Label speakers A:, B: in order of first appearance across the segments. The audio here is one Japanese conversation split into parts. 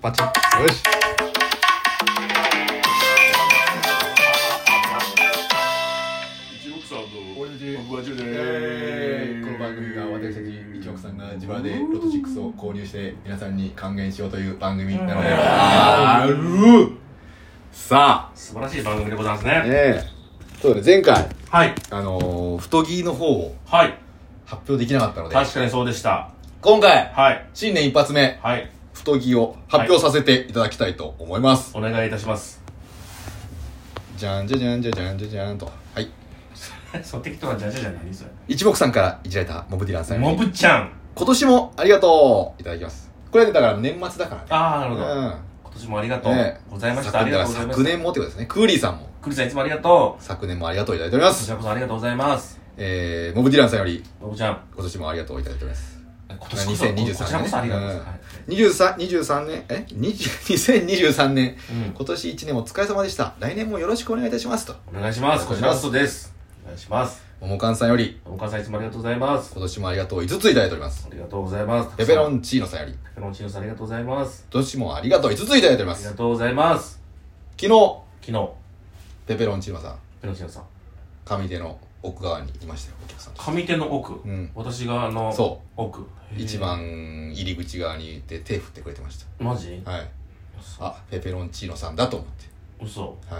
A: パチッよし
B: 一六さんと
A: 俺たち
B: 僕はジュ
A: え
B: で
A: ーこの番組は私たち一億さんが自腹でロト6を購入して皆さんに還元しようという番組なので
B: あ
A: るさ
B: 素晴らしい番組でございますね
A: ねえそうだね前回
B: はい
A: あのー太着の方を
B: はい
A: 発表できなかったので
B: 確かにそうでした
A: 今回
B: はい
A: 新年一発目
B: はい
A: 太着を発表させていただきたいと思います、
B: お願いいたします
A: じゃんじゃじゃんじゃじゃんじゃじゃんとはい
B: そう適当なジャジャじゃないそれ
A: 一目さんからいじられたモブディランさんよ
B: モ
A: り
B: ブちゃん
A: 今年もありがとういただきますこれだから年末だからね
B: ああなるほど
A: うん
B: 今年もありがとう
A: ねえ
B: ございましたあ
A: 昨
B: り
A: だから
B: がとうございま
A: 昨
B: した
A: 年もってことですねクーリーさんも
B: クリさんいつもありがとう
A: 昨年もありがとういただいておりま
B: こち
A: す
B: らこそありがとうございます
A: えー、モブディランさんより
B: モブちゃん
A: 今年もありがとういただいております
B: 今年こそ
A: 2023年ね
B: こちらこそありがとうございますはい
A: 23 23年え20 2023年
B: うん
A: 今年1年お疲れ様でした来年もよろしくお願いいたしますと
B: お願いしますこちらこそですお願いします
A: ももかんさんより
B: お母さんいつもありがとうございます
A: 今年もありがとう5ついただいております
B: ありがとうございます
A: ペペロ
B: ン
A: ンチーノさんより
B: ペペロンチーノさんありがとうございます
A: 今年もありがとう5ついただいておりま
B: あり
A: す
B: が
A: 昨
B: とうございます
A: 日
B: 昨日
A: ペペロンチーノさん
B: ペロンチーノさん
A: 上手の奥側にいましたよお客さんと
B: 上手の奥、
A: ん
B: 私があの
A: そ
B: 奥へー
A: 一番入り口側にいて手振ってくれてまし
B: マジ
A: たはい
B: 嘘
A: あペペロンチーノさんだと思って
B: 嘘
A: は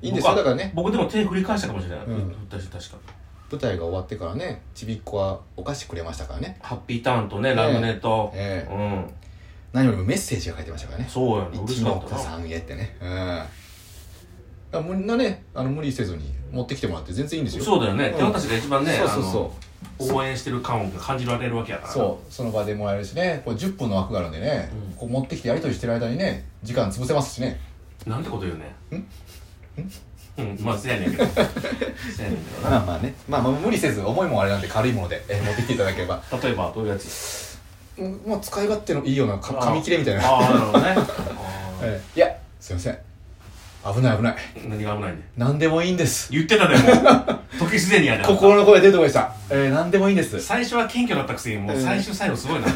A: いいいんですよだからね
B: 僕でも手振り返したかもしれない、
A: うん
B: 振ったし確か
A: 舞台が終わってからねちびっ子はお菓子くれましたからね
B: ハッピーターンとねラムネと、
A: ええ
B: うん
A: 何よりもメッセージが書いてましたからね
B: そうやね嬉
A: 一
B: しかっ
A: 目
B: たな
A: さんへってねうんだからみんなねあの無理せずに持ってきてもらって全然いいんですよ
B: そうだよね、
A: ん
B: 手渡しが一番ね
A: そうそうそう
B: あの応援してる感を感じられるわけやから
A: そうその場でもらえるしねこれ10分の枠があるんでね、
B: うん
A: こう持ってきてやり取りしてる間にね時間潰せますしね
B: うなんてこと言うねうんまあせやねんけどせやねんけど
A: まあまあねまあまあ無理せず重いもんあれなんで軽いもので、えー持ってきていただければ
B: な例えばどういうやつ
A: うんまあ使い勝手のいいようなか紙切れみたいな、
B: あーあーなるほ どねあ
A: えーいやすいません危ない危ない
B: ー何が危ないねん
A: 何でもいいんです
B: 言ってたでもう時すでにやで
A: 心の声出てました、えー、何でもいいんです、
B: 最初は謙虚だったくせにもう最終最後すごいな、ね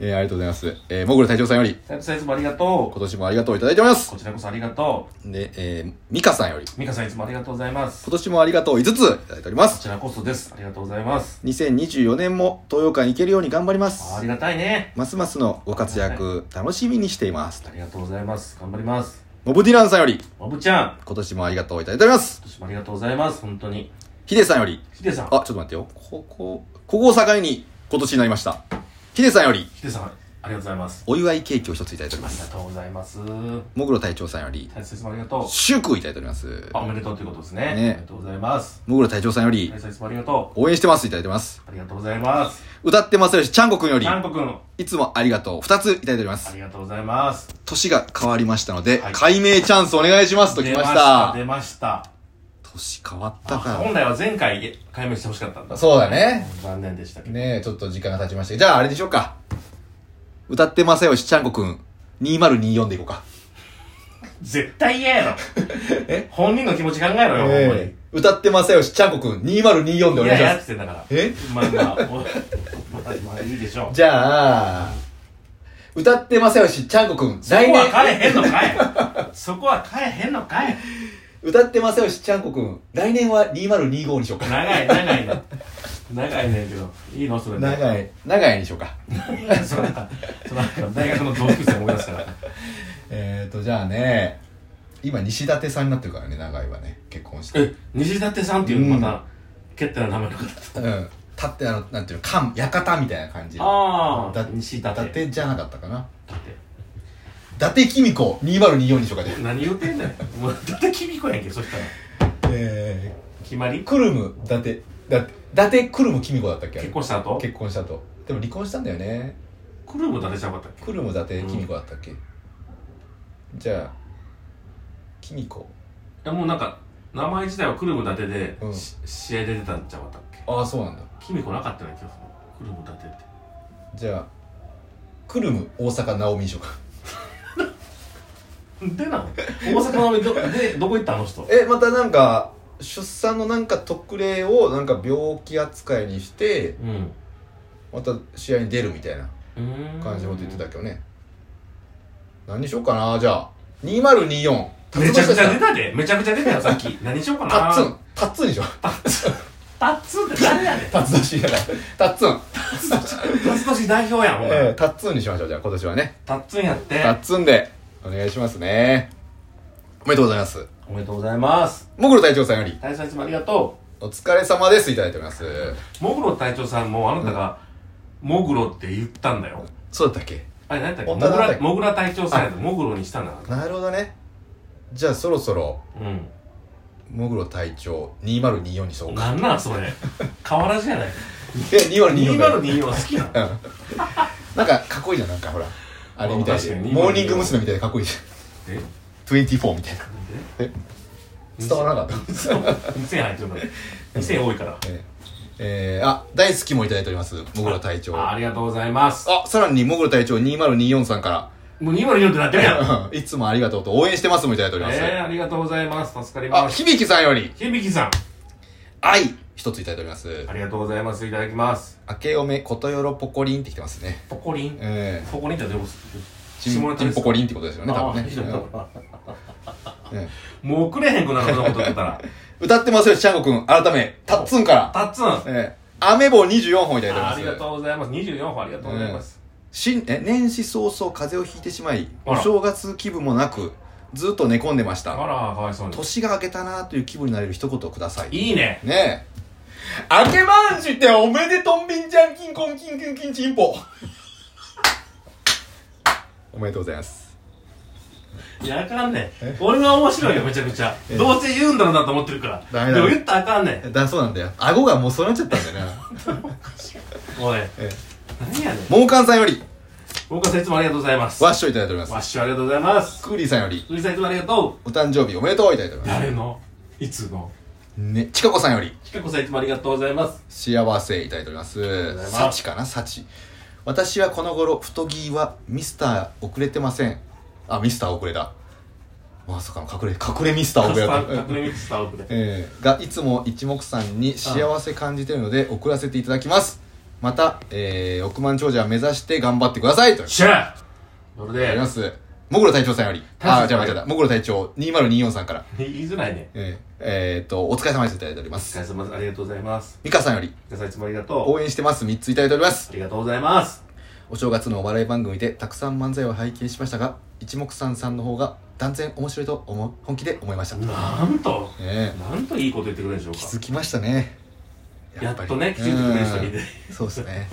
A: えー、ありがとうございます、えー、モグル隊長さんより
B: タイプサイズもありがと
A: 今年もありがとういただいておりま
B: う
A: す
B: こちらこそありがと
A: で、えー、ミカさんより
B: うミカさんいつもありがとうございます
A: 今年もありがとう5ついただいておりま
B: こ
A: す
B: ちらこそですありがとうございます
A: 2024年も東洋館行けるように頑張りま
B: あーあ
A: す
B: りがたいね
A: ますますのご活躍楽しみにしています
B: ありがとうございます頑張ります
A: モブディランさんより
B: まぶちゃん
A: 今年もありがとういただいております
B: 今年もありがとうございます本当に
A: ヒデさんより
B: ヒデさん
A: あ、ちょっと待ってよ。ここ、ここを境に今年になりました。ヒデさんより、
B: ヒデさんありがとうございます
A: お祝いケーキを一ついただいておりま
B: あり
A: す。
B: がとうございます
A: もぐろ隊長さんより、
B: 大切もありがとう
A: 祝いただいております。
B: あおめでとうということですね
A: ね
B: ありがとうございます
A: もぐろ隊長さんより
B: 大、切もありがと
A: 応援してますいただいてます。
B: うありがとうございます
A: 歌ってますよし、ちゃんこくんより
B: ち、ゃんこくん
A: いつもありがとう。二ついただいておりま
B: あ
A: す。
B: りがとうございます
A: 年が変わりましたので、
B: はい
A: 改名チャンスお願いしますときました。
B: 出ました
A: 年変わっ
B: 出
A: た
B: ました
A: か
B: 本来は前回解明してほしかったんだ
A: ら。そうだね。
B: 残念でしたけど、
A: ねえ、ちょっと時間が経ちましたけどじゃああれでしょうか。歌ってますよし、ちゃんこくん、2024でいこうか。
B: 絶対嫌やろ え本人の気持ち考えろよ、ほんまに
A: ええ歌ってまさよし、ちゃんこくん、2024でお願
B: い
A: い
B: や
A: しま
B: やっ
A: す。
B: てんだから
A: え
B: まあまあおまあまあいいでしょ う
A: じゃあ、歌ってまさよし、ちゃんこくん、来
B: そこは
A: 年、
B: 変えへんのかいそこは変えへんのかい
A: 歌ってまさよし、ちゃんこくん、来年は2025にしようか。
B: 長い長いね長いねんけどいいのそれで
A: 長い、長いにしようか。
B: それなんかそれなんか大学の同級生思い出すから
A: えーと、じゃあね、今、西舘さんになってるからね、長いはね、結婚して。
B: え西舘さんっていうのまた、決定の名前の方
A: うん。立って、あの、なんていうの、かん、館みたいな感じ。
B: あ
A: だ
B: あ西
A: 伊
B: 舘だって
A: 達じゃなかったかな。伊達公子、2024にしようか、じゃあ
B: 何言うてんねんもうだって君子やんけそしたら
A: え
B: 決まり
A: ー、くるむ、伊達、だって、伊達くるむ公子だったっけあれ
B: 結婚した後
A: 結婚したとでも離婚したんだよね
B: クルーも誰じゃなかったっけ
A: クルム伊達キミコだったっけ、じゃあキミコ
B: いやもうなんか名前自体はクルムだてで、
A: うん
B: し試合で出たんちゃうかったっけ
A: ああそうなんだ
B: キミコなかったような気がするクルムだてって
A: じゃあクルム大阪直美にしようか
B: でなの大阪の上ど でどこ行ったあの人
A: えまたなんか出産のなんか特例をなんか病気扱いにして
B: うん
A: また試合に出るみたいな
B: うーん
A: 感じのこと言ってたけどね何にしようかなじゃあ2024
B: めちゃくちゃ出
A: た
B: たで。めちゃくちゃ出たよ、さっき。 何しようかな。
A: タッツンタッツンでしょ
B: タッツンって誰 やねん。
A: タッツンしやないタッツン
B: タツ年代表やん、ほんま
A: えータッツンにしましょうじゃあ今年はね
B: タッツンやって。
A: タッツンでお願いしますねおめでとうございます
B: おめでとうございます。
A: もぐろ隊長さんより
B: 大佐いつもありがと
A: お疲れ様ですいただいております
B: う。モグロ隊長さんもあなたが、モグロって言ったんだよ。
A: そうだったっけ
B: あれ、何だっけモ
A: 本
B: グ
A: 当は何だっ
B: ラ、
A: け
B: モグラ隊長さんやとモグロにしたんだな。
A: なるほどねじゃあそろそろ
B: う。
A: もぐろ隊長2024にしようんか
B: なんなん、それ。変わらずやない。
A: え2024だよ
B: 2024好きなの
A: なんかかっこいいじゃんなんかほらあれみたいで
B: まあ確かに
A: モーニング娘。みたいでかっこいいじ
B: え
A: ゃん24みたいな 伝わらなかった
B: 2000入ってるから。2000多いから。
A: えーえーあ大好きもいただいておりますもぐろ隊長
B: ああ
A: あ
B: りがとうございます。
A: さらにもぐろ隊長2024さんか
B: もう2024ってなってるやん。
A: ら いつもありがとうと応援してますもいただいております、
B: えー、ありがとうございます。助かり
A: あ
B: ます。
A: 響さんより
B: ひびきさん。
A: 愛一ついただいております
B: ありがとうございます。いただきます。
A: 明けおめことよろポコリンってきてますね
B: ポコリン。
A: ええ
B: ポコリンってどういうこと
A: チン
B: 下ネタ
A: チ
B: で
A: ン
B: すか
A: ポコリンってことですよね多分ね
B: あ
A: う
B: ー
A: んえ
B: もうくれへんくなるそんなこと言ってたら。
A: え歌ってますよちゃんこくん改めタッツンから
B: タッツン。あ
A: ええアメボ24本いただいておりま
B: ー
A: す
B: ありがとうございます。24本ありがとうございます。
A: 新え年始早々風邪をひいてしまい
B: あら
A: お正月気分もなくずっと寝込んでまし
B: あら、
A: た
B: かわいそうに。
A: 年が明けたなという気分になれる一言をください
B: いいね。
A: ねえ明けまんじっておめでとんびんじゃんきんこんきんきんきんちんぽ おめでとうございます
B: いや、あかんねん。俺が面白いよ、めちゃくちゃ。どうせ言うんだろうなと思ってるから。
A: ダメだ
B: でも言ったらあかんねん。
A: だそうなんだよ顎がもうそうなっちゃったんだよな
B: おい。
A: ええ
B: 何やねん。
A: モーカンさんより
B: 僕はいつもありがとうございます。
A: ワ
B: わ
A: ッショイいただいております
B: っしょありがとうございます。
A: クーリーさんより
B: うりさんいつもありがと
A: お誕生日おめでとういただいてお
B: う。
A: りま
B: 誰のいつの
A: すねちかこさんより
B: ひかこさんいつもありがとうございます。
A: 幸せいただいておりま
B: りがと
A: す
B: うございます
A: 幸かな幸私はこの頃太着はミスター遅れてませんあミスター遅れだまさかの隠れ隠れミスター遅れだ った
B: 隠れミスターオフで。
A: えーがいつも一目散に幸せ感じてるので送らせていただきますまた、えー億万長者目指して頑張ってくださいという
B: シャーそれ
A: ありが、とうござ
B: で
A: いますもぐろ隊長さんより
B: 隊長さん
A: あじゃあ間違えたもぐろ隊長2024さんから
B: 言いづらいね。
A: えーえーっとお疲れ様ですいただいておりま
B: お
A: す
B: 疲れ様です。ありがとうございます。
A: 美香さんより
B: 皆さんいつもありがとう。
A: 応援してます3ついただいております
B: ありがとうございます。
A: お正月のお笑い番組でたくさん漫才を拝見しましたが一目散さんの方が断然面白いと思う本気で思いました、ね
B: なんと、
A: え
B: なんといいこと言ってくれるんでしょう
A: 気
B: か。
A: づきましたね
B: やっ
A: ぱり
B: とね、気づいてくれる人がい
A: うんそうです ね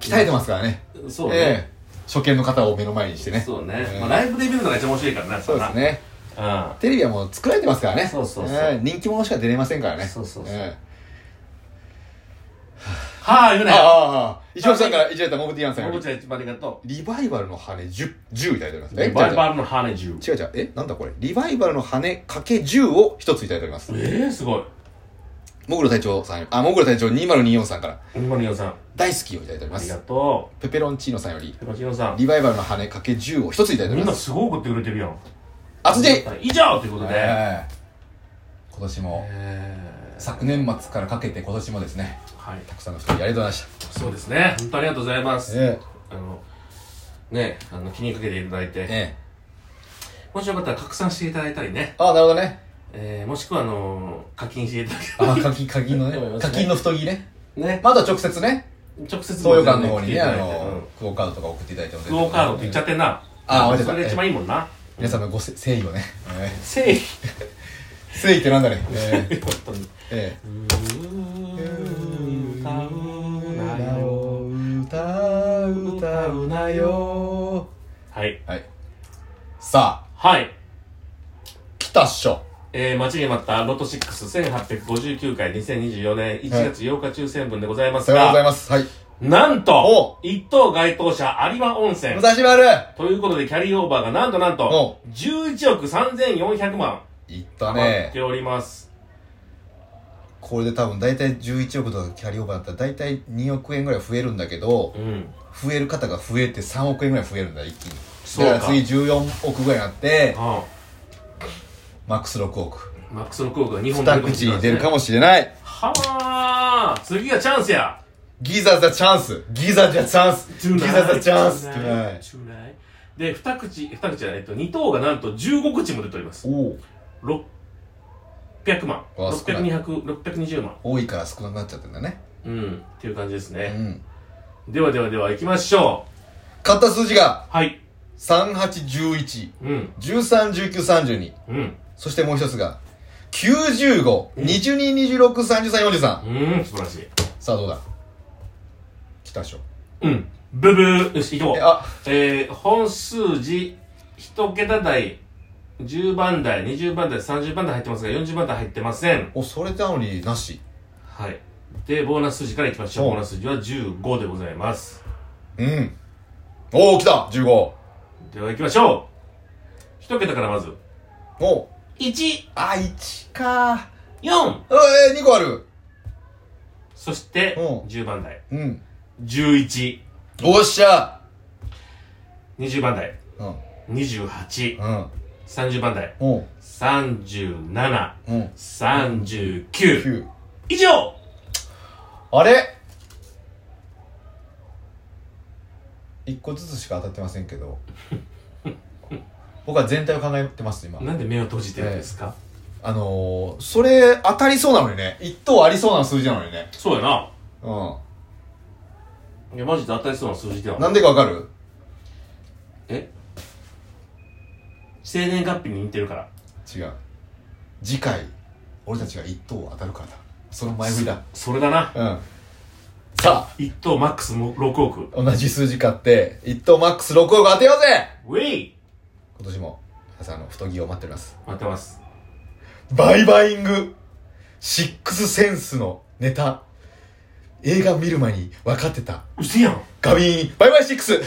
A: 鍛えてますからね
B: て。そうね。
A: ええ初見の方を目の前にしてね
B: そうね
A: え。え
B: まあライブで見るのが一番面白いからな、やっぱ
A: そう
B: な
A: です。ね
B: う
A: テレビはもう作られてますからね
B: そうそうそう
A: ええ人気者しか出れませんからね
B: そうそうそう
A: え
B: ん。はぁ、言う
A: え
B: な
A: あ
B: よ。
A: あああ一応さん から一応やったモブティアンさん
B: も
A: よ
B: こ
A: り
B: ちゃん一番ありがと
A: リバイバルの羽10 10いただいております
B: う。
A: え
B: リバイバルの羽十。
A: 違う違うえなんだこれリバイバルの羽かけ10を一ついただいております
B: ええ、すごい。
A: もぐろ隊長さんあもぐろ隊長2024さんから
B: 今のよさん、
A: 大好きをいただいており
B: あ
A: ま
B: り
A: す
B: がと
A: ペペロンチーノさんより
B: う。ペパチノさん、
A: リバイバルの羽かけ10を一ついただいてお
B: み
A: り
B: ん
A: ま
B: な
A: す
B: すごい怒ってくれてるやん。
A: あつじ
B: 以上ということで。
A: ええ今年も
B: えー
A: 昨年末からかけて今年もですね
B: はい。
A: たくさんの人にありがとうございまし
B: そうですね。本当ありがとうございま
A: た
B: す。
A: え
B: あの、ね、あの、気にかけていただい
A: え
B: て、
A: ええ
B: もしよかったら拡散していただいたりね、
A: あなるほどね
B: えー、もしくはあのー、課金していただけ
A: あ課金課金のね
B: そうですね
A: 課金の太着ね
B: ね、
A: まだ直接ね
B: 直接
A: 東洋館の方にねあ
B: うん
A: のクオカードとか送っていただいても
B: クオカードって言っちゃってんな。
A: あー
B: それが一番いいもんな。
A: 皆さんのごせ誠意をねえ
B: せい。
A: え誠意ってなんだねええ
B: 本当に。
A: え
B: うー歌う
A: え
B: なよ。
A: 歌う歌うなよ
B: はい。
A: はいさあ
B: はい。
A: 来たっしょ
B: えー、待ちに待ったロト61859回2024年1月8日抽選分でございます
A: さようでござい
B: が、
A: ますはい
B: なんと
A: お、
B: 一等該当者有馬温泉
A: 武。蔵丸
B: ということで、キャリーオーバーがなんとなんと、11億3400万、
A: いった
B: 余っ
A: ね
B: ております。
A: これで多分大体11億とかキャリーオーバーだったら大体2億円ぐらい増えるんだけど
B: うん。
A: 増える方が増えて3億円ぐらい増えるんだ一気に
B: そうか
A: だから次14億ぐらいになって
B: あ
A: マックス6億
B: あマックスの効果が2本
A: 2口に出るかもしれない
B: はあ次がチャンスや
A: ギザ・ザ・チャンスギザ・ザ・チャンスギザ・ザ・チャンス
B: Tonight,
A: ってね
B: tonight, で、二口、二口じゃないえっと、二等がなんと15口も出ております。
A: おお
B: 600万。
A: わあ少な
B: 600、
A: い
B: 200、620万。
A: 多いから少なくなっちゃってんだね
B: うん。っていう感じです
A: う
B: ね。
A: ん
B: ではではでは、行きましょ
A: 買った数字
B: う
A: が。
B: はい。
A: 3811
B: うん。
A: 131932
B: うん。
A: そしてもう一つが9522263343
B: うん。素晴らしい。
A: さあどうだ来たでしょ
B: うん。ブブー。よし、行こ
A: え
B: う。
A: あ
B: えー、本数字、一桁台、10番台、20番台、30番台入ってますが、40番台入ってません。
A: おそれなのになし
B: はい。で、ボーナス数字からいきましょう。
A: お
B: ボーナス数字は15でございます。
A: うんおお来た15
B: では行きましょう一桁からまず。
A: お
B: 1、
A: あ1か
B: 4!
A: うえー、2個ある
B: そして、
A: うん
B: 10番台。
A: うん
B: 11、
A: おっしゃ
B: 20番台、
A: うん
B: 28、
A: うん
B: 30番台、
A: おう
B: 37、
A: うん
B: 39。
A: 9
B: 以上
A: あれ一個ずつしか当たってませんけど僕は全体を考えてます今
B: なんで目を閉じてるんですか、
A: あのー、それ当たりそうなのにね一等ありそうな数字なのにね
B: そうやな。
A: う
B: いや、マジで当たりそうな数字では
A: んなんでかわかる
B: え生年月日に似てるから。
A: 違う次回俺たちが一等当たるからだその前振りだ
B: それだな。
A: うんさあ
B: 1等マックスも6億。
A: 同じ数字買って一等マックス6億当てようぜ
B: ウェイ
A: 今年も皆さんの太着を待っております
B: 待ってます。
A: バイバイングシックスセンスのネタ映画見る前に分かってた
B: うせやん
A: ガビーンバイバイシックス